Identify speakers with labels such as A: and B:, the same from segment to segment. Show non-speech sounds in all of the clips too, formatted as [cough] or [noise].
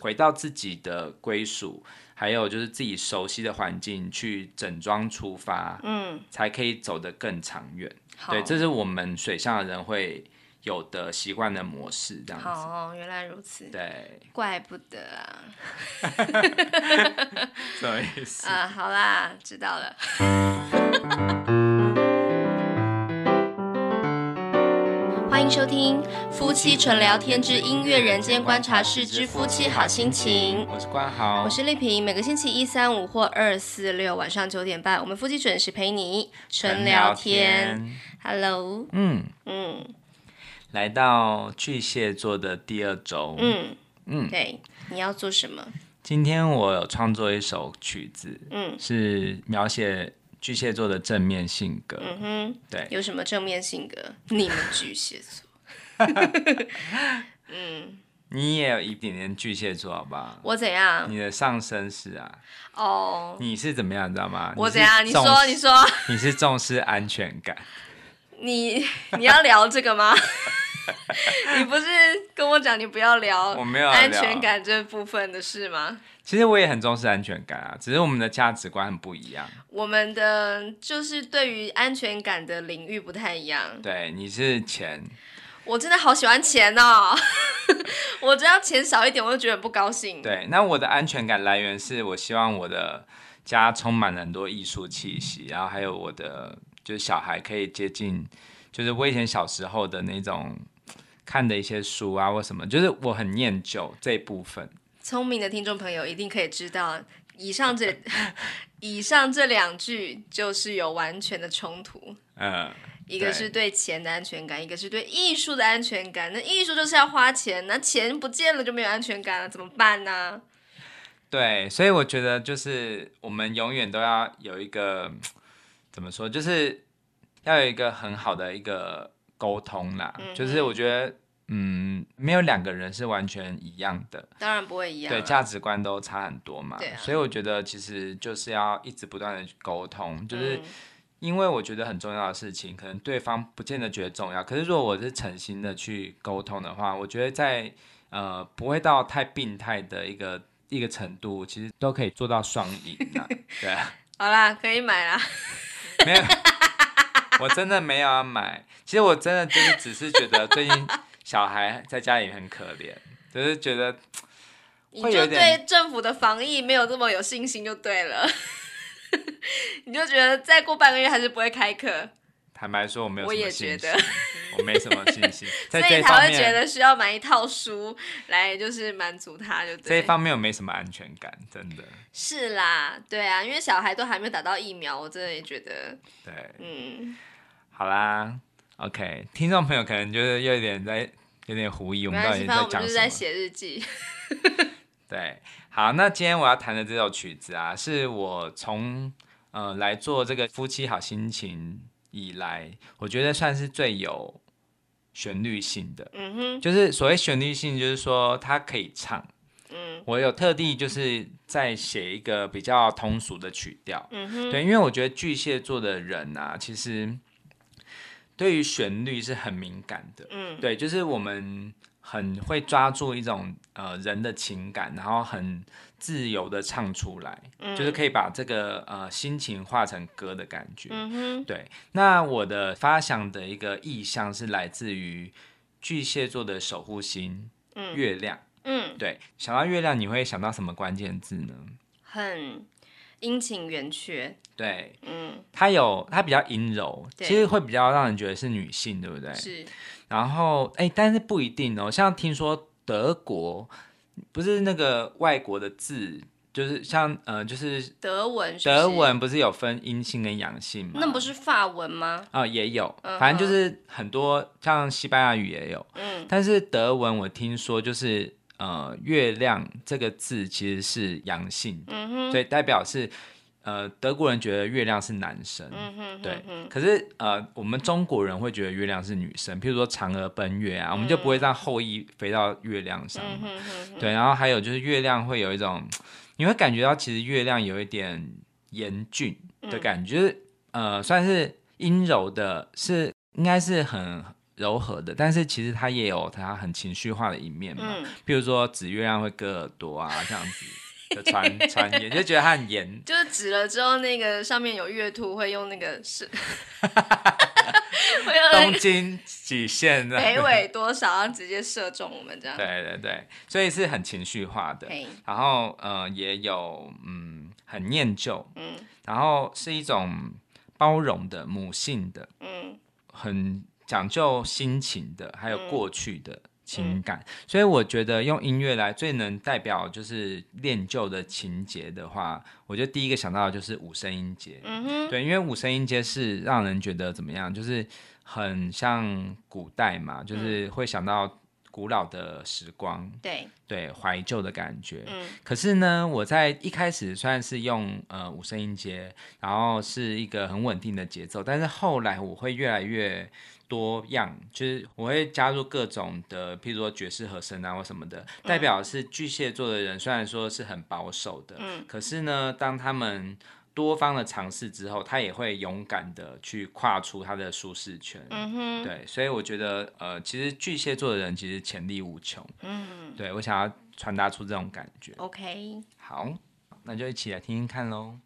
A: 回到自己的归属，还有就是自己熟悉的环境去整装出发，
B: 嗯，
A: 才可以走得更长远。
B: 好，
A: 对，这是我们水象的人会有的习惯的模式，这样子。
B: 好，哦原来如此，
A: 对，
B: 怪不得啊，
A: 什么意思？
B: 啊，好啦，知道了。 [laughs] 欢迎收听《夫妻纯聊天之音乐人间观察室之夫妻好心情》。
A: 我是关豪，
B: 我是丽萍，每个星期一、三、五或二、四、六晚上九点半，我们夫妻准时陪你纯聊天。。Hello，
A: 嗯，
B: 嗯
A: 来到巨蟹座的第二周，
B: 嗯
A: 嗯
B: 对，你要做什么？
A: 今天我有创作一首曲子，
B: 嗯
A: 是描写巨蟹座的正面性格。
B: 嗯哼，
A: 对，
B: 有什么正面性格？你们巨蟹座，嗯，
A: 你也有一点点巨蟹座，好不好？
B: 我怎样？
A: 你的上身是啊，
B: 哦、
A: 你是怎么样，你知道吗？
B: 我
A: 是
B: 怎样？你
A: 重
B: 说，
A: 视
B: 你，说，
A: [laughs] 你是重视安全感。
B: 你你要聊这个吗？ [laughs] 你不是跟我讲你不要聊
A: 我没有要
B: 安
A: 聊
B: 全感这部分的事吗？
A: 其实我也很重视安全感啊，只是我们的价值观很不一样。
B: 我们的就是对于安全感的领域不太一样。
A: 对，你是钱，
B: 我真的好喜欢钱哦， [laughs] 我只要钱少一点，我就觉得很不高兴。
A: 对，那我的安全感来源是我希望我的家充满了很多艺术气息，然后还有我的就是小孩可以接近，就是我以前小时候的那种看的一些书啊或什么，就是我很念旧这一部分。
B: 聪明的听众朋友一定可以知道，以
A: [laughs]
B: 上这以上这两句就是有完全的冲突。
A: 嗯，
B: 一个
A: 对
B: 是对钱的安全感，一个是对艺术的安全感。那艺术就是要花钱，那钱不见了就没有安全感了，怎么办呢？
A: 对，所以我觉得就是我们永远都要有一个怎么说，就是要有一个很好的一个沟通啦。就是我觉得，嗯，没有两个人是完全一样的。
B: 当然不会一样啊。
A: 对，价值观都差很多嘛，
B: 对啊
A: 所以我觉得其实就是要一直不断的沟通，就是
B: 嗯
A: 因为我觉得很重要的事情，可能对方不见得觉得重要，可是如果我是诚心的去沟通的话，我觉得在呃不会到太病态的一个一个程度，其实都可以做到双赢啊，对啊。
B: 好啦，可以买啦。
A: 没有，我真的没有要买。其实我真的就是只是觉得最近小孩在家里很可怜，就是觉得
B: 你
A: 会有
B: 就
A: 点
B: 对政府的防疫没有这么有信心就对了， [laughs] 你就觉得再过半个月还是不会开课，
A: 坦白说我没有
B: 我
A: 什
B: 也
A: 么
B: 觉
A: 信心
B: 得，
A: 我没什么信
B: [laughs]
A: 心，在
B: 所以
A: 这
B: 才
A: 方
B: 会觉
A: 面
B: 得需要买一套书来就是满足他就
A: 这一
B: 对。
A: 方面我没什么安全感，真的。
B: 是啦，对啊，因为小孩都还没有打到疫苗，我真的也觉得，
A: 对，
B: 嗯，
A: 好啦，OK，听众朋友可能就是有点在有点狐疑我
B: 没
A: 们到
B: 关
A: 底
B: 系，反正我们
A: 讲
B: 就是
A: 什
B: 在
A: 么。
B: 写日记。
A: 对，好，那今天我要弹的这首曲子啊，是我从呃来做这个夫妻好心情以来，我觉得算是最有旋律性的。
B: 嗯哼，
A: 就是所谓旋律性，就是说它可以唱。
B: 嗯
A: 我有特地就是在写一个比较通俗的曲调，
B: 嗯哼，
A: 对，因为我觉得巨蟹座的人啊，其实对于旋律是很敏感的。
B: 嗯
A: 对，就是我们很会抓住一种呃人的情感，然后很自由的唱出来，
B: 嗯，
A: 就是可以把这个呃心情化成歌的感觉。
B: 嗯哼，
A: 对，那我的发想的一个意向是来自于巨蟹座的守护星
B: 嗯
A: 月亮。
B: 嗯，
A: 对，想到月亮，你会想到什么关键字呢？
B: 很阴晴圆缺，
A: 对，
B: 嗯，
A: 它有它比较阴柔，
B: 对
A: 其实会比较让人觉得是女性，对不对？
B: 是，
A: 然后，哎、但是不一定哦。像听说德国，不是那个外国的字，就是像呃，就是
B: 德文是不是
A: 德，文不是有分阴性跟阳性吗？
B: 那不是法文吗？
A: 啊、也有
B: 嗯，
A: 反正就是很多，像西班牙语也有，
B: 嗯
A: 但是德文我听说就是呃，月亮这个字其实是阳性的，
B: 嗯哼，
A: 所以代表是呃，德国人觉得月亮是男生。
B: 嗯哼，
A: 对
B: 嗯哼，
A: 可是呃，我们中国人会觉得月亮是女生，譬如说嫦娥奔月啊，我们就不会让后羿飞到月亮上
B: 嗯
A: 嘛。
B: 哼哼哼，
A: 对，然后还有就是月亮会有一种，你会感觉到其实月亮有一点严峻
B: 嗯
A: 的感觉，就是呃，算是阴柔的，是应该是很柔和的，但是其实它也有它很情绪化的一面嘛。
B: 嗯，
A: 譬如说紫月亮会割耳朵啊，这样子就
B: [laughs]
A: 传传言，就觉得它很严。
B: 就是指了之后，那个上面有月兔会用那个是，会用那
A: 东
B: 个
A: 京几线的，
B: 北纬多少，然后直接射中我们 [laughs] 这样。
A: 对对对，所以是很情绪化的。
B: 嘿，
A: 然后呃，也有嗯很念旧，
B: 嗯
A: 然后是一种嗯包容的母性的，
B: 嗯
A: 很讲究心情的，还有
B: 嗯
A: 过去的情感。所以我觉得用音乐来最能代表就是恋旧的情节的话，我觉得第一个想到的就是五声音节。
B: 嗯哼，
A: 对，因为五声音阶是让人觉得怎么样，就是很像古代嘛，就是会想到古老的时光，
B: 对，
A: 对怀旧的感觉。
B: 嗯
A: 可是呢，我在一开始虽然是用呃五声音阶，然后是一个很稳定的节奏，但是后来我会越来越多样，就是我会加入各种的，譬如说爵士和声啊或什么
B: 嗯
A: 的，代表是巨蟹座的人，虽然说是很保守的，
B: 嗯
A: 可是呢，当他们多方的尝试之后，他也会勇敢的去跨出他的舒适圈。
B: 嗯哼，
A: 对，所以我觉得，呃，其实巨蟹座的人其实潜力无穷。
B: 嗯
A: 对我想要传达出这种感觉。
B: ，OK，
A: 好，那就一起来听听看喽。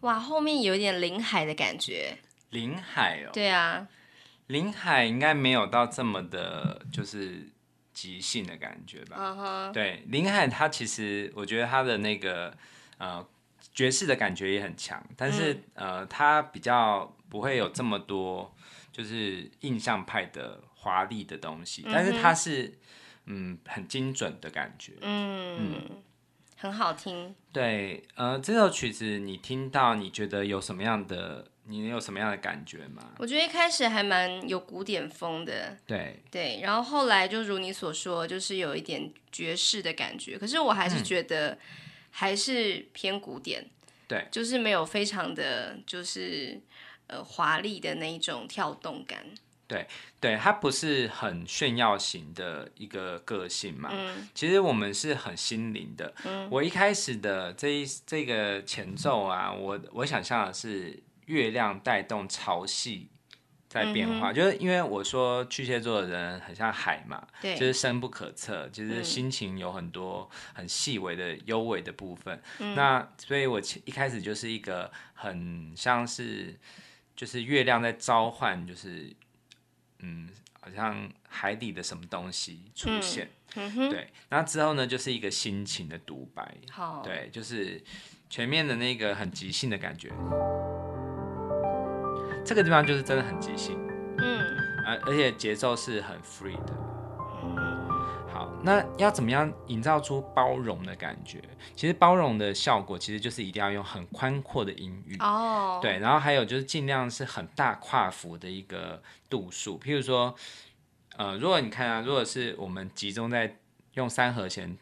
B: 哇，后面有点临海的感觉。
A: 临海哦，
B: 对啊，
A: 临海应该没有到这么的，就是即兴的感觉吧。
B: 嗯哼，
A: 对，林海他其实我觉得他的那个呃爵士的感觉也很强，但是、呃他比较不会有这么多就是印象派的华丽的东西，但是他是嗯很精准的感觉。
B: 嗯，很好听。
A: 对，呃，这首曲子你听到你觉得有什么样的，你有什么样的感觉吗？
B: 我觉得一开始还蛮有古典风的，
A: 对，
B: 对，然后后来就如你所说，就是有一点爵士的感觉，可是我
A: 嗯
B: 还是觉得还是偏古典，
A: 对，
B: 就是没有非常的就是呃华丽的那一种跳动感，
A: 对，他不是很炫耀型的一个个性嘛。
B: 嗯
A: 其实我们是很心灵的。我一开始的这一这个前奏啊，我我想象的是月亮带动潮汐在变化，就是因为我说巨蟹座的人很像海嘛，
B: 对，
A: 就是深不可测，就是
B: 嗯
A: 心情有很多很细微的幽微的部分。
B: 嗯
A: 那所以我其一开始就是一个很像是就是月亮在召唤，就是嗯，好像海底的什么东西出
B: 嗯
A: 现。
B: 嗯哼，
A: 对，那之后呢，就是一个心情的独白，
B: 好，
A: 对，就是前面的那个很即兴的感觉，这个地方就是真的很即兴，
B: 嗯，
A: 而、而且节奏是很 free 的。
B: 嗯
A: 好，那要怎么样营造出包容的感觉？其实包容的效果其实就是一定要用很宽阔的音域，
B: 哦，，
A: 对，然后还有就是尽量是很大跨幅的一个度数，譬如说，呃，如果你看啊，如果是我们集中在用三和弦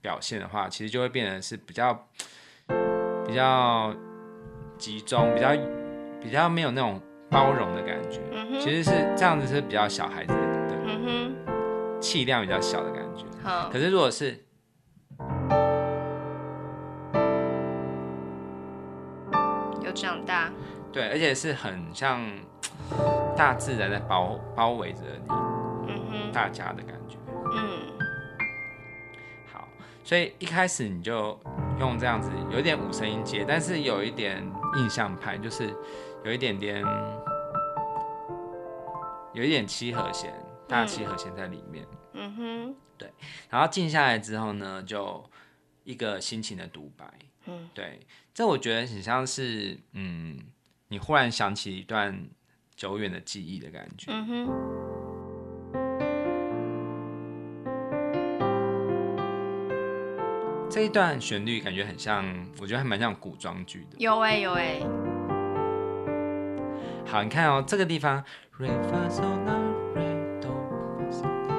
A: 表现的话，其实就会变成是比较比较集中，比较比较没有那种包容的感觉。
B: 嗯哼，
A: 其实是这样子是比较小孩子的
B: 嗯
A: 气量比较小的感觉。
B: 哼，好，
A: 可是如果是
B: 有长大，
A: 对，而且是很像大自然在包包围着你
B: 嗯哼，
A: 大家的感觉。
B: 嗯，
A: 好，所以一开始你就用这样子，有点五声音阶，但是有一点印象派，就是有一点点，有一点七和弦，大七和弦在里面。
B: 嗯哼，
A: 然后静下来之后呢，就一个心情的独白。
B: 嗯，
A: 对，这我觉得很像是，嗯，你忽然想起一段久远的记忆的感觉。
B: 嗯哼，
A: 这一段旋律感觉很像，我觉得还蛮像古装剧的。
B: 有哎、有哎、
A: 好，你看哦，这个地方。瑞发嗦啦瑞哆发嗦啦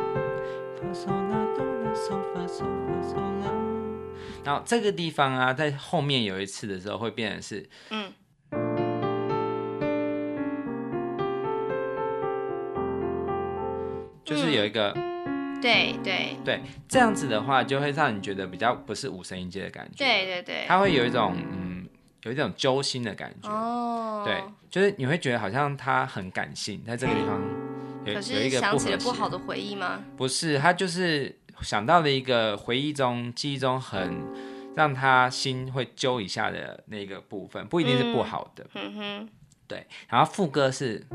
A: 发嗦啦哆啦嗦发嗦发嗦啦然后这个地方啊，在后面有一次的时候会变成是，
B: 嗯，
A: 就是有一个、
B: 对对
A: 对这样子的话，就会让你觉得比较不是五声音阶的感觉，
B: 对，对对，
A: 它会有一种嗯，有一种揪心的感觉，
B: 哦，
A: 对，就是你会觉得好像他很感性，在这个地方有
B: 可
A: 有
B: 是
A: 一个
B: 想
A: 不
B: 起了
A: 合
B: 不
A: 谐
B: 好的回忆吗？
A: 不是，他就是想到了一个回忆中、记忆中很让他心会揪一下的那个部分，不一定是不好的。
B: 嗯哼，
A: 对，然后副歌是，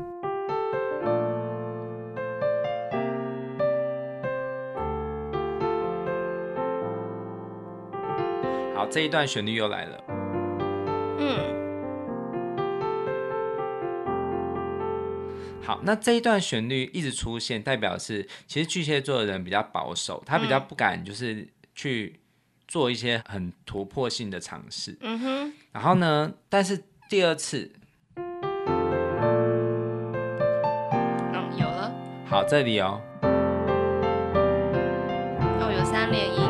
A: 好，这一段旋律又来了。
B: 嗯
A: 好，那这一段旋律一直出现，代表是其实巨蟹座的人比较保守，他比较不敢就是去做一些很突破性的尝试。
B: 嗯哼，
A: 然后呢，但是第二次，
B: 嗯，有了，
A: 好，这里哦，
B: 哦，有三连音，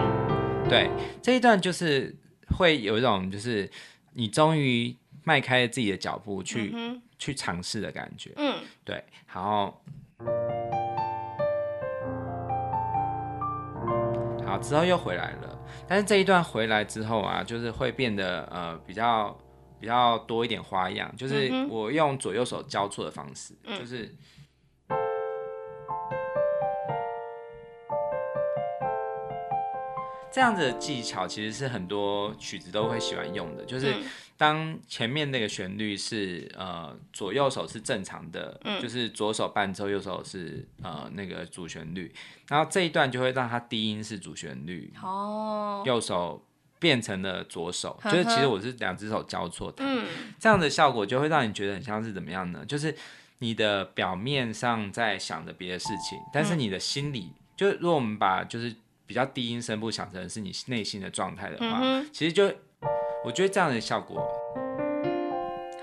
A: 对，这一段就是会有一种就是你终于迈开了自己的脚步去、
B: 嗯
A: 去尝试的感觉
B: 哼，。嗯
A: 对，然后，好之后又回来了，但是这一段回来之后啊，就是会变得呃比较比较多一点花样，就是
B: 嗯哼
A: 我用左右手交错的方式，
B: 嗯
A: 就是。这样子的技巧其实是很多曲子都会喜欢用的，就是
B: 嗯
A: 当前面那个旋律是呃左右手是正常的，
B: 嗯
A: 就是左手伴奏，右手是呃那个主旋律，然后这一段就会让它低音是主旋律，
B: 哦，
A: 右手变成了左手，
B: 呵
A: 就
B: 呵
A: 是其实我是两只手交错弹，
B: 嗯
A: 这样的效果就会让你觉得很像是怎么样呢？就是你的表面上在想着别的事情，
B: 嗯
A: 但是你的心里，就是如果我们把就是比较低音声部想成是你内心的状态的话，
B: 嗯
A: 其实就我觉得这样的效果
B: 哼，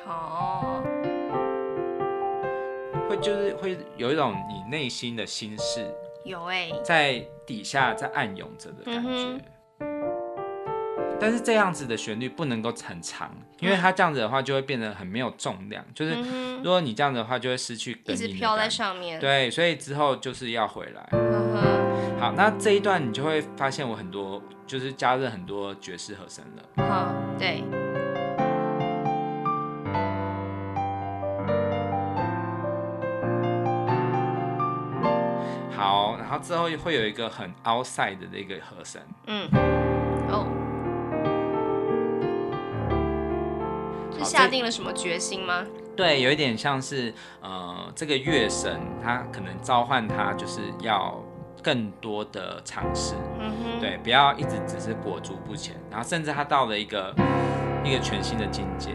B: 好，
A: 会就是会有一种你内心的心事
B: 有哎、
A: 在底下在暗涌着的感觉。
B: 嗯
A: 但是这样子的旋律不能够很长，因为它这样子的话就会变得很没有重量。就是
B: 嗯
A: 如果你这样子的话，就会失去
B: 哼，一
A: 根
B: 直
A: 音的
B: 飘在
A: 感觉。
B: 上面，
A: 对，所以之后就是要回来。
B: 嗯哼，
A: 好，那这一段你就会发现我很多就是加入很多爵士和声了。
B: 好，对，
A: 好，然后之后会有一个很 outside 的一个和声，
B: 嗯，哦，
A: 好
B: 是下
A: 这
B: 定了什么决心吗？
A: 对，有一点像是呃这个乐神他可能召唤他就是要更多的尝试，
B: 嗯哼，，
A: 对，不要一直只是裹足不前，然后甚至他到了一个一个全新的境界。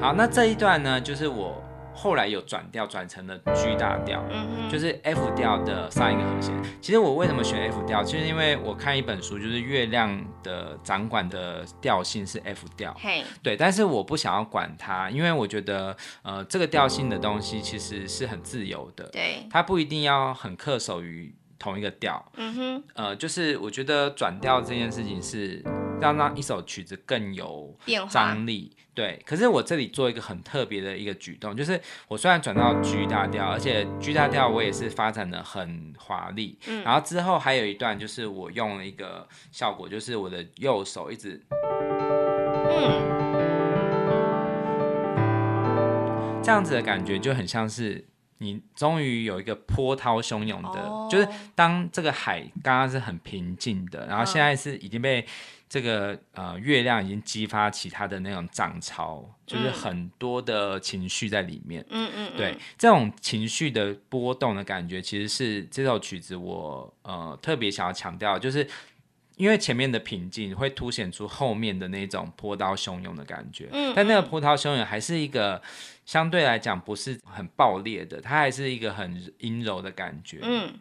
A: 好，那这一段呢，就是我后来有转调，转成了 G 大调，
B: 嗯哼，
A: 就是 F 调的上一个和弦。其实我为什么选 F 调，就是因为我看一本书，就是月亮的掌管的调性是 F 调，
B: 嘿，
A: 对，但是我不想要管它，因为我觉得呃这个调性的东西其实是很自由的，
B: 对，
A: 它不一定要很恪守于同一个调。
B: 嗯哼，
A: 呃，就是我觉得转调这件事情是要让一首曲子更有
B: 变化，
A: 张力。对，可是我这里做一个很特别的一个举动，就是我虽然转到 G 大调，而且 G 大调我也是发展的很华丽，
B: 嗯
A: 然后之后还有一段就是我用了一个效果，就是我的右手一直
B: 嗯，
A: 这样子的感觉，就很像是你终于有一个波涛汹涌的，
B: 哦
A: 就是当这个海刚刚是很平静的，然后现在是已经被这个呃月亮已经激发起它的那种涨潮，就是
B: 嗯
A: 很多的情绪在里面。
B: 嗯嗯，嗯
A: 对，这种情绪的波动的感觉，其实是这首曲子我呃特别想要强调的，就是因为前面的平静会凸显出后面的那种波涛汹涌的感觉，
B: [laughs] 嗯
A: 但那个波涛汹涌还是一个相对来讲不是很爆裂的，它还是一个很阴柔的感觉。
B: 嗯，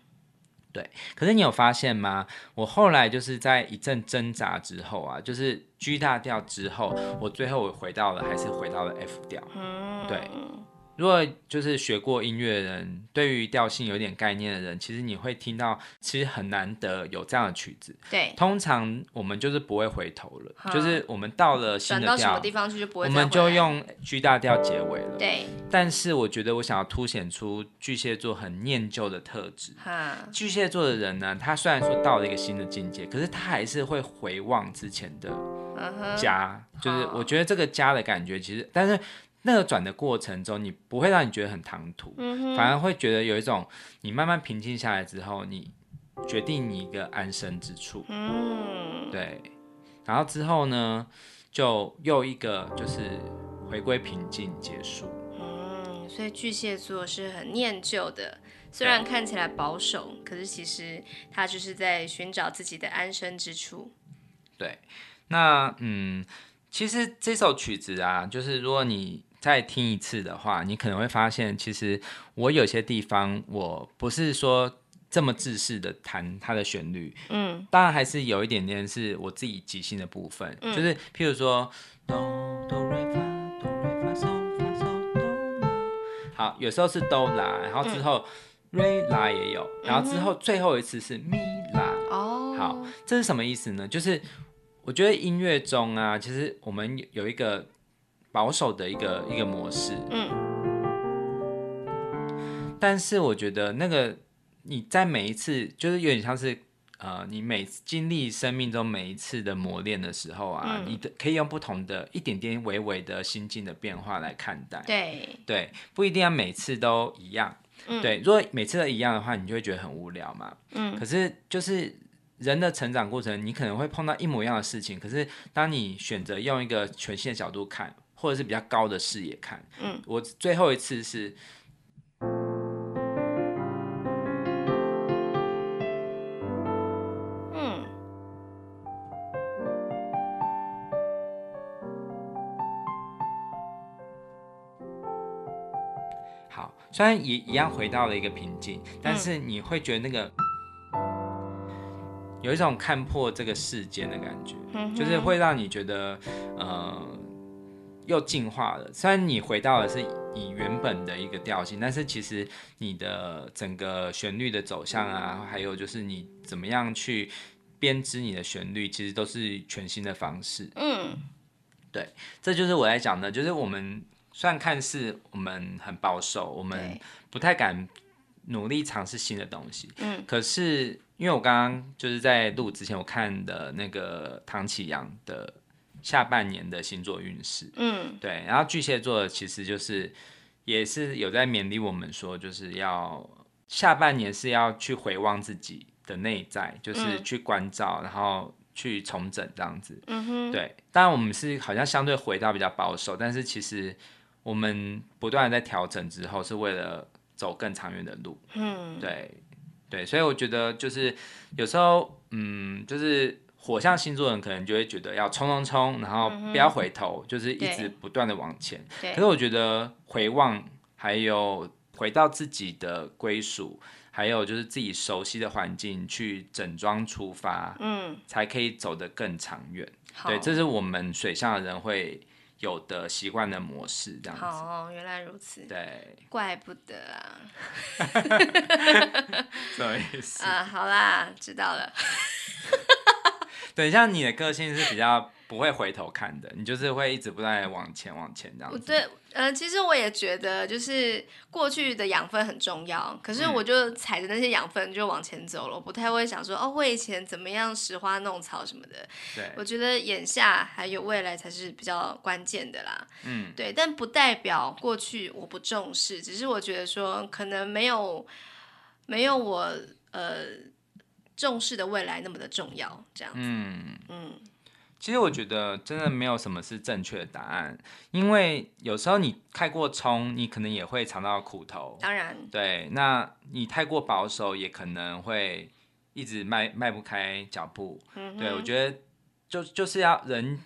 A: 可是你有发现吗？我后来就是在一阵挣扎之后啊，就是 G 大调之后，我最后我回到了还是回到了 F 调。
B: 嗯，
A: 对如果就是学过音乐的人，对于调性有点概念的人，其实你会听到，其实很难得有这样的曲
B: [laughs]
A: 子。
B: 对，
A: 通常我们就是不会回头了，
B: 哈
A: 就是我们到了新
B: 转
A: 的
B: 到什么
A: 调
B: 地，方去就不会
A: 我
B: 再
A: 们
B: 回
A: 就
B: 来
A: 用 G 大调结尾了。
B: 对，
A: 但是我觉得我想要凸显出巨蟹座很念旧的特质。
B: 哈，
A: 巨蟹座的人呢，他虽然说到了一个新的境界，可是他还是会回望之前的
B: 嗯哼，
A: 家，就是
B: 好
A: 我觉得这个家的感觉，其实但是那个转的过程中，你不会让你觉得很唐突，
B: 嗯哼，
A: 反而会觉得有一种你慢慢平静下来之后，你决定你一个安身之处，
B: 嗯，
A: 对，然后之后呢，就又一个就是回归平静结束，
B: 嗯，所以巨蟹座是很念旧的，虽然看起来保守，可是其实他就是在寻找自己的安身之处。
A: 对，那嗯，其实这首曲子啊，就是如果你再听一次的话，你可能会发现，其实我有些地方我不是说。这么自式的弹它的旋律，
B: 嗯，
A: 当然还是有一点点是我自己即兴的部分，
B: 嗯
A: 就是譬如说，哆哆瑞发哆瑞发嗦发嗦哆啦，好，有时候是哆啦，然后之后、瑞啦也有，然后之后最后一次是咪啦，
B: 哦，
A: 好，这是什么意思呢？就是我觉得音乐中啊，其实我们有一个保守的一个一个模式，
B: 嗯
A: 但是我觉得那个你在每一次，就是有点像是呃，你每次经历生命中每一次的磨练的时候啊，
B: 嗯
A: 你的可以用不同的一点点微微的心境的变化来看待，
B: 对，
A: 对，不一定要每次都一样。
B: 嗯
A: 对，如果每次都一样的话，你就会觉得很无聊嘛。
B: 嗯
A: 可是就是人的成长过程，你可能会碰到一模一样的事情，可是当你选择用一个全新的角度看，或者是比较高的视野看，
B: 嗯，
A: 我最后一次是。
B: 嗯，
A: 好，虽然一一样回到了一个瓶颈，
B: 嗯
A: 但是你会觉得那个有一种看破这个世间的感觉，
B: 嗯哼
A: 就是会让你觉得呃又进化了。虽然你回到的是你原本的一个调性，但是其实你的整个旋律的走向啊，还有就是你怎么样去编织你的旋律，其实都是全新的方式。
B: 嗯
A: 这就是我在讲的，就是我们虽然看似我们很保守，我们
B: 对
A: 不太敢努力尝试新的东西。
B: 嗯，
A: 可是因为我刚刚就是在录之前，我看的那个唐启阳的下半年的星座运势，
B: 嗯
A: 对，然后巨蟹座其实就是也是有在勉励我们说，就是要下半年是要去回望自己的内在，就是
B: 嗯
A: 去关照，然后去重整这样子。
B: 嗯哼，
A: 对，当然我们是好像相对回到比较保守，但是其实我们不断的在调整之后，是为了走更长远的路。
B: 嗯
A: 对，对，所以我觉得就是有时候，嗯，就是火象星座人可能就会觉得要冲冲冲，然后不要回头，就是一直
B: 嗯对
A: 不断的往前。
B: 对，
A: 可是我觉得回望，还有回到自己的归属，还有就是自己熟悉的环境去整装出发，
B: 嗯
A: 才可以走得更长远。
B: 好，
A: 对，这是我们水象的人会有的习惯的模式，这样子。
B: 好，原来如此，
A: 对，
B: 怪不得啊
A: 什么意思？
B: 啊，好啦，知道了，
A: 对，像你的个性是比较不会回头看的，你就是会一直不断地往前往前这
B: 我
A: 样子。
B: 对，呃，其实我也觉得，就是过去的养分很重要，可是
A: 嗯
B: 我就踩着那些养分就往前走了，我不太会想说，哦，我以前怎么样拾花弄草什么的，我
A: 对，
B: 觉得眼下还有未来才是比较关键的啦。
A: 嗯，
B: 对，但不代表过去我不重视，只是我觉得说可能没有没有我呃重视的未来那么的重要，这样子。
A: 嗯，
B: 嗯
A: 其实我觉得真的没有什么是正确的答案，因为有时候你太过冲，你可能也会尝到苦头。
B: 当然，
A: 对，那你太过保守，也可能会一直迈迈不开脚步。
B: 嗯
A: 对，我
B: 哼
A: 觉得就就是要人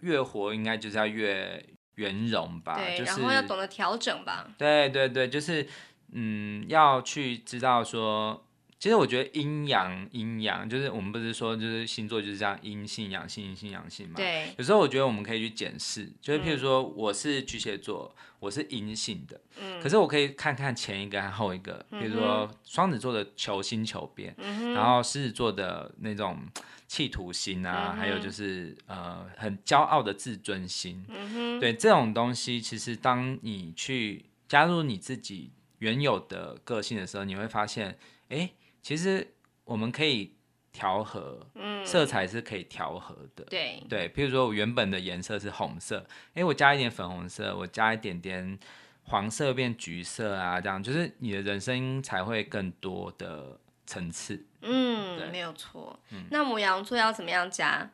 A: 越活，应该就是要越圆融吧，
B: 对，
A: 就是
B: 然后要懂得调整吧。
A: 对对对，就是嗯，要去知道说，其实我觉得阴阳阴阳，就是我们不是说就是星座就是这样阴性阳性阴性阳性嘛，
B: 对，
A: 有时候我觉得我们可以去检视，就是譬如
B: 嗯
A: 说我是巨蟹座，我是阴性的，
B: 嗯，
A: 可是我可以看看前一个和后一个，比如说双子座的球星球边，
B: 嗯
A: 然后狮子座的那种企图心啊，
B: 嗯
A: 还有就是呃很骄傲的自尊心，
B: 嗯
A: 对这种东西，其实当你去加入你自己原有的个性的时候，你会发现，哎、其实我们可以调和，
B: 嗯，
A: 色彩是可以调和的。
B: 对，
A: 对，譬如说我原本的颜色是红色，诶，我加一点粉红色，我加一点点黄色变橘色啊，这样就是你的人生才会更多的层次。对
B: 嗯，没有错。那母羊座要怎么样加？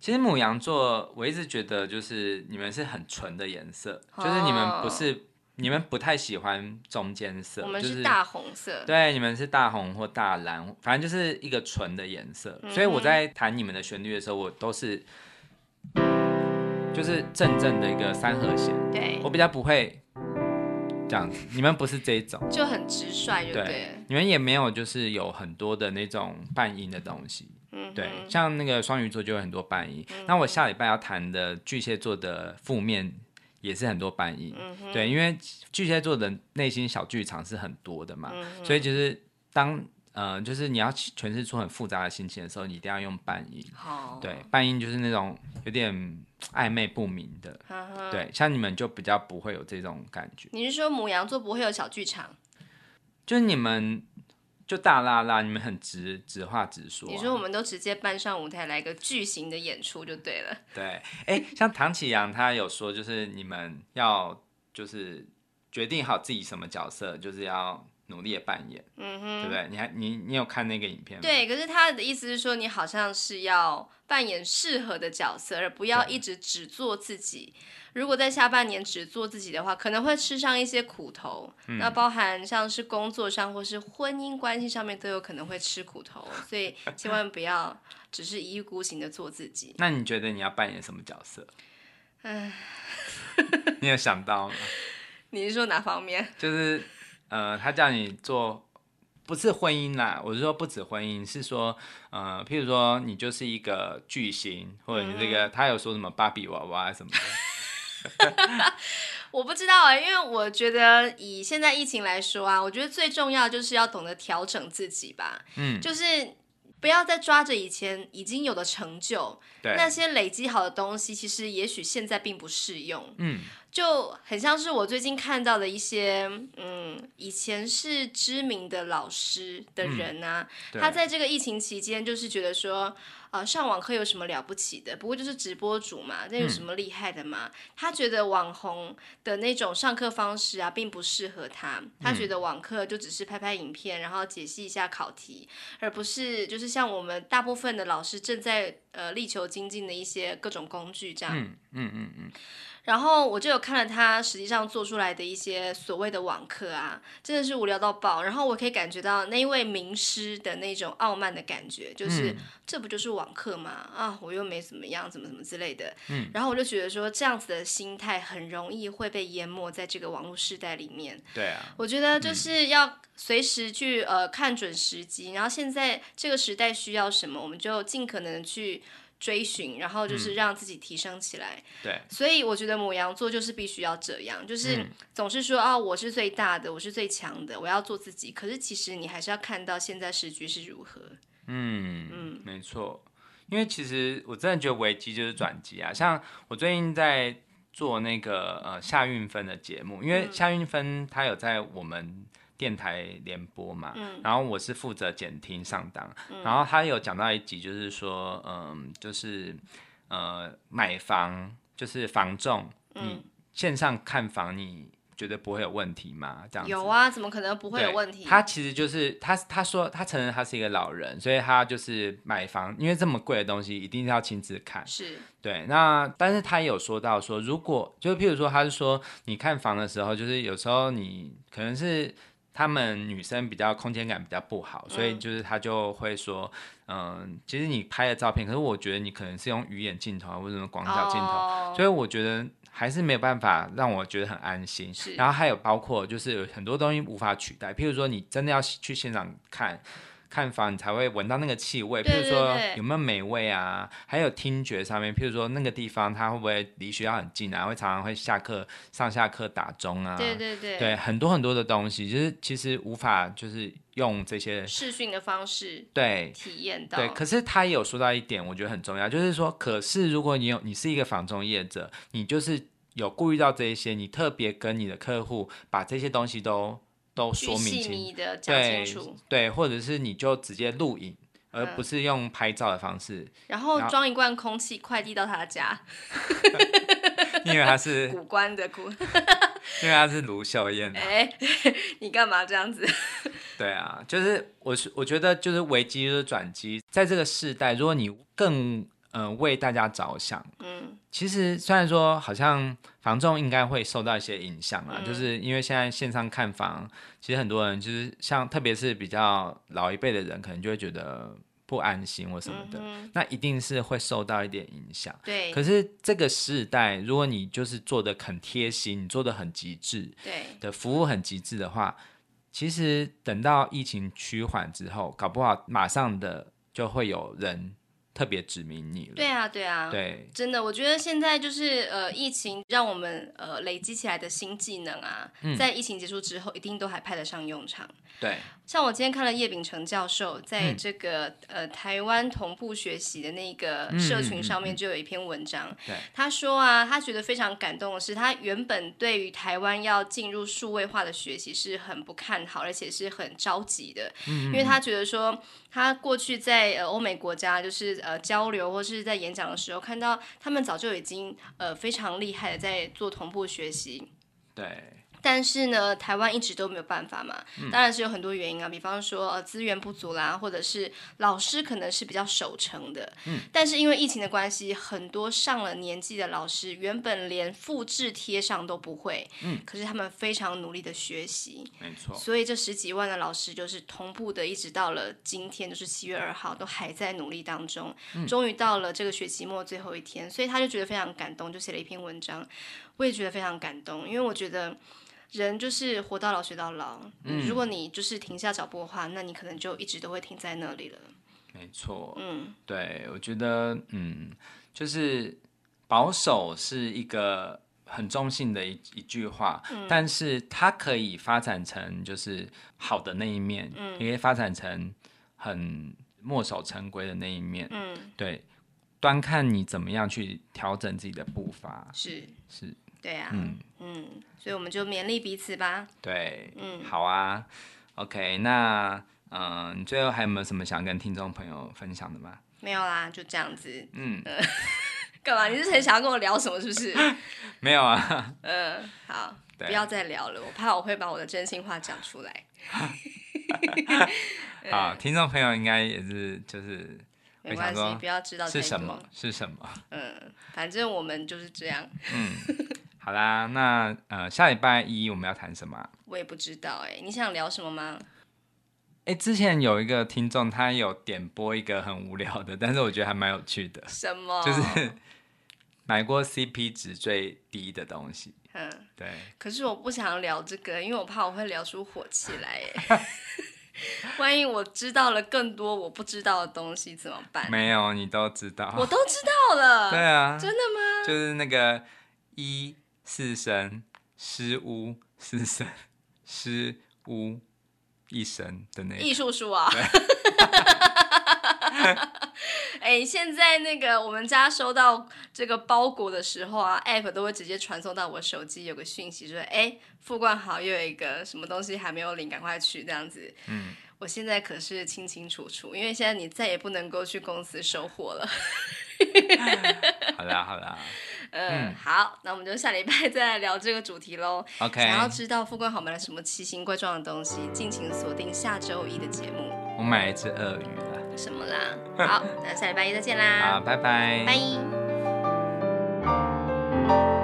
A: 其实母羊座，我一直觉得就是你们是很纯的颜色，就是你们不
B: 哦
A: 是你们不太喜欢中间色，
B: 我们
A: 就是
B: 大红色。
A: 对，你们是大红或大蓝，反正就是一个纯的颜色。所以我
B: 嗯哼
A: 在弹你们的旋律的时候，我都是就是正正的一个三和弦。
B: 对，
A: 我比较不会这样子，你们不是这一种，
B: 就很直率，就
A: 对
B: 对。
A: 你们也没有就是有很多的那种半音的东西，
B: 嗯哼，
A: 对，像那个双鱼座就有很多半音，那我下礼拜要谈的巨蟹座的负面也是很多半音，
B: 嗯哼，
A: 对，因为巨蟹座的内心小剧场是很多的嘛，
B: 嗯哼，
A: 所以就是当呃就是你要诠释出很复杂的心情的时候，你一定要用半音，
B: 好，
A: 对，半音就是那种有点暧昧不明的，
B: 哈哈，
A: 对，像你们就比较不会有这种感觉。
B: 你是说母羊座不会有小剧场？
A: 就是你们就大啦啦，你们很直直话直说啊、
B: 你说我们都直接搬上舞台来个巨型的演出就对了。
A: 对，哎、像唐启阳他有说，就是你们要就是决定好自己什么角色，就是要努力的扮演，
B: 嗯
A: 对
B: 哼
A: 不，对？你还你你有看那个影片吗？
B: 对，可是他的意思是说，你好像是要扮演适合的角色，而不要
A: 对
B: 一直只做自己。如果在下半年只做自己的话，可能会吃上一些苦头，
A: 嗯
B: 那包含像是工作上或是婚姻关系上面都有可能会吃苦头，所以千万不要只是一意孤行的做自己。
A: 那你觉得你要扮演什么角色？ [laughs] 你有想到吗？
B: 你是说哪方面？
A: 就是呃，他叫你做，不是婚姻啦，我是说不止婚姻，是说呃，譬如说你就是一个巨星，或者你这
B: 嗯
A: 个、他有说什么芭比娃娃什么的，
B: 我不知道啊、因为我觉得以现在疫情来说啊，我觉得最重要就是要懂得调整自己吧，
A: 嗯，
B: 就是不要再抓着以前已经有的成就，
A: 对，
B: 那些累积好的东西，其实也许现在并不适用，
A: 嗯
B: 就很像是我最近看到的一些，嗯，以前是知名的老师的人啊，
A: 对
B: 他在这个疫情期间就是觉得说，啊、上网课有什么了不起的？不过就是直播主嘛，这有什么厉害的嘛？他觉得网红的那种上课方式啊，并不适合他，他觉得网课就只是拍拍影片，然后解析一下考题，而不是就是像我们大部分的老师正在呃力求精进的一些各种工具这样。
A: 嗯嗯嗯嗯，
B: 然后我就有看了他实际上做出来的一些所谓的网课啊，真的是无聊到爆。然后我可以感觉到那一位名师的那种傲慢的感觉，就是、
A: 嗯
B: 这不就是网课吗？啊，我又没怎么样，怎么怎么之类的。
A: 嗯
B: 然后我就觉得说，这样子的心态很容易会被淹没在这个网络时代里面。
A: 对啊，
B: 我觉得就是要随时去呃看准时机，然后现在这个时代需要什么，我们就尽可能地去追寻，然后
A: 嗯
B: 就是让自己提升起来。
A: 对，
B: 所以我觉得母羊座就是必须要这样，就是
A: 嗯
B: 总是说啊、我是最大的，我是最强的，我要做自己。可是其实你还是要看到现在时局是如何。
A: 嗯没错，因为其实我真的觉得危机就是转机啊。像我最近在做那个呃夏运分的节目，因为夏运分他有在我们电台联播嘛，然后我是负责监听上档，然后他有讲到一集就是说，嗯，就是呃买房就是房仲，你线上看房你觉得不会有问题吗？这样子
B: 有啊，怎么可能不会有
A: 对
B: 问题？
A: 他其实就是他，他说他承认他是一个老人，所以他就是买房，因为这么贵的东西一定是要亲自看。
B: 是
A: 对，那但是他也有说到说，如果就譬如说，他是说你看房的时候，就是有时候你可能是他们女生比较空间感比较不好，所
B: 嗯
A: 以就是他就会说，嗯、其实你拍的照片，可是我觉得你可能是用鱼眼镜头啊或者什么广角镜头，
B: 哦、
A: 所以我觉得还是没有办法让我觉得很安心
B: 是。
A: 然后还有包括就是有很多东西无法取代，譬如说你真的要去现场看。看房你才会闻到那个气味，
B: 对
A: 譬如说
B: 对对
A: 有没有美味啊，还有听觉上面，譬如说那个地方它会不会离学校很近啊，会常常会下课上下课打钟啊，
B: 对对对，
A: 对很多很多的东西，就是其实无法就是用这些
B: 视讯的方式
A: 对
B: 体验到。
A: 对，可是他也有说到一点，我觉得很重要，就是说，可是如果你有你是一个房中业者，你就是有顾虑到这一些，你特别跟你的客户把这些东西都都
B: 去
A: 说明
B: 细
A: 清，
B: 腻的讲清
A: 对
B: 楚，
A: 对，或者是你就直接录影，而
B: 嗯
A: 不是用拍照的方式，
B: 然后
A: 然后
B: 装一罐空气快递到他家，
A: 因为他是
B: 古关的古，
A: 因为他是卢秀燕啊，
B: 哎、 [laughs] 你干嘛这样子？
A: 对啊，就是我是我觉得就是危机就是转机，在这个世代，如果你更嗯、呃为大家着想。
B: 嗯，
A: 其实虽然说好像房仲应该会受到一些影响啊，
B: 嗯
A: 就是因为现在线上看房，其实很多人就是像特别是比较老一辈的人，可能就会觉得不安心或什么的，
B: 嗯
A: 那一定是会受到一点影响。
B: 对
A: 可是这个时代，如果你就是做的很贴心，你做的很极致
B: 对，
A: 的服务很极致的话，其实等到疫情趋缓之后，搞不好马上的就会有人特别指明你了。
B: 对啊，对啊，
A: 对
B: 真的，我觉得现在就是呃，疫情让我们呃累积起来的新技能啊，在疫情结束之后，一定都还派得上用场。
A: 对，
B: 像我今天看了叶秉成教授在这个、呃台湾同步学习的那个社群上面就有一篇文章，
A: 对
B: 他说啊，他觉得非常感动的是，他原本对于台湾要进入数位化的学习是很不看好，而且是很着急的，因为他觉得说他过去在呃欧美国家就是呃交流或是在演讲的时候，看到他们早就已经呃非常厉害的在做同步学习，
A: 对，
B: 但是呢，台湾一直都没有办法嘛，当然是有很多原因啊，比方说呃资源不足啦，或者是老师可能是比较守成的，但是因为疫情的关系，很多上了年纪的老师原本连复制贴上都不会，可是他们非常努力的学习，
A: 没错，
B: 所以这十几万的老师就是同步的，一直到了今天，就是七月二号，都还在努力当中。
A: 嗯
B: 终于到了这个学期末最后一天，所以他就觉得非常感动，就写了一篇文章。我也觉得非常感动，因为我觉得人就是活到老学到老。嗯、如果你就是停下脚步的话，那你可能就一直都会停在那里了。
A: 没错，嗯，对，我觉得，嗯，就是保守是一个很中性的一一句话，
B: 嗯
A: 但是它可以发展成就是好的那一面，
B: 嗯
A: 也可以发展成很墨守成规的那一面，
B: 嗯，
A: 对，端看你怎么样去调整自己的步伐，
B: 是
A: 嗯是，
B: 对啊，
A: 嗯
B: 嗯，所以我们就勉励彼此吧。
A: 对，
B: 嗯，
A: 好啊，OK，那嗯、你最后还有没有什么想跟听众朋友分享的吗？
B: 没有啦，就这样子。
A: 嗯，
B: 干嘛？你是很想要跟我聊什么？是不
A: [laughs]
B: 是？
A: 没有啊，
B: 嗯，好，
A: 对
B: 不要再聊了，我怕我会把我的真心话讲出来。呃
A: 好，听众朋友应该也是就是
B: 没关系
A: 我想说，
B: 不要知道太
A: 是
B: 多。
A: 什么？是什么？ [laughs]
B: 嗯，反正我们就是这样，
A: 好啦，那呃下礼拜一我们要谈什么啊、
B: 我也不知道哎、你想聊什么吗？
A: 哎、之前有一个听众他有点播一个很无聊的，但是我觉得还蛮有趣的，
B: 什
A: [laughs]
B: 么？
A: 就是买过 CP 值最低的东西。
B: 嗯，
A: 对，
B: 可是我不想聊这个，因为我怕我会聊出火气来、
A: [laughs]
B: 哎万一我知道了更多我不知道的东西怎么办？
A: 没有，你都知
B: 我
A: 道。
B: 都知道
A: [laughs]
B: 了。
A: 对啊，
B: 真的吗？
A: 就是那个一四声失屋四声失屋一声的那个
B: [laughs] 艺术书啊。哎、现在那个我们家收到这个包裹的时候啊，app 都会直接传送到我手机，有个讯息就是，哎、富冠好又有一个什么东西还没有领，赶快去这样子。
A: 嗯，
B: 我现在可是清清楚楚，因为现在你再也不能够去公司收货了。 [laughs]
A: 好啦好啦
B: 嗯，好，那我们就下礼拜再来聊这个主题喽。
A: ，OK，
B: 想要知道富冠好买了什么奇形怪状的东西，敬请锁定下周一的节目。
A: 我买了一只鳄鱼了。
B: 什么 [laughs] 啦？好，那下礼拜一再见
A: 好，
B: 啦，
A: 拜拜。
B: 拜。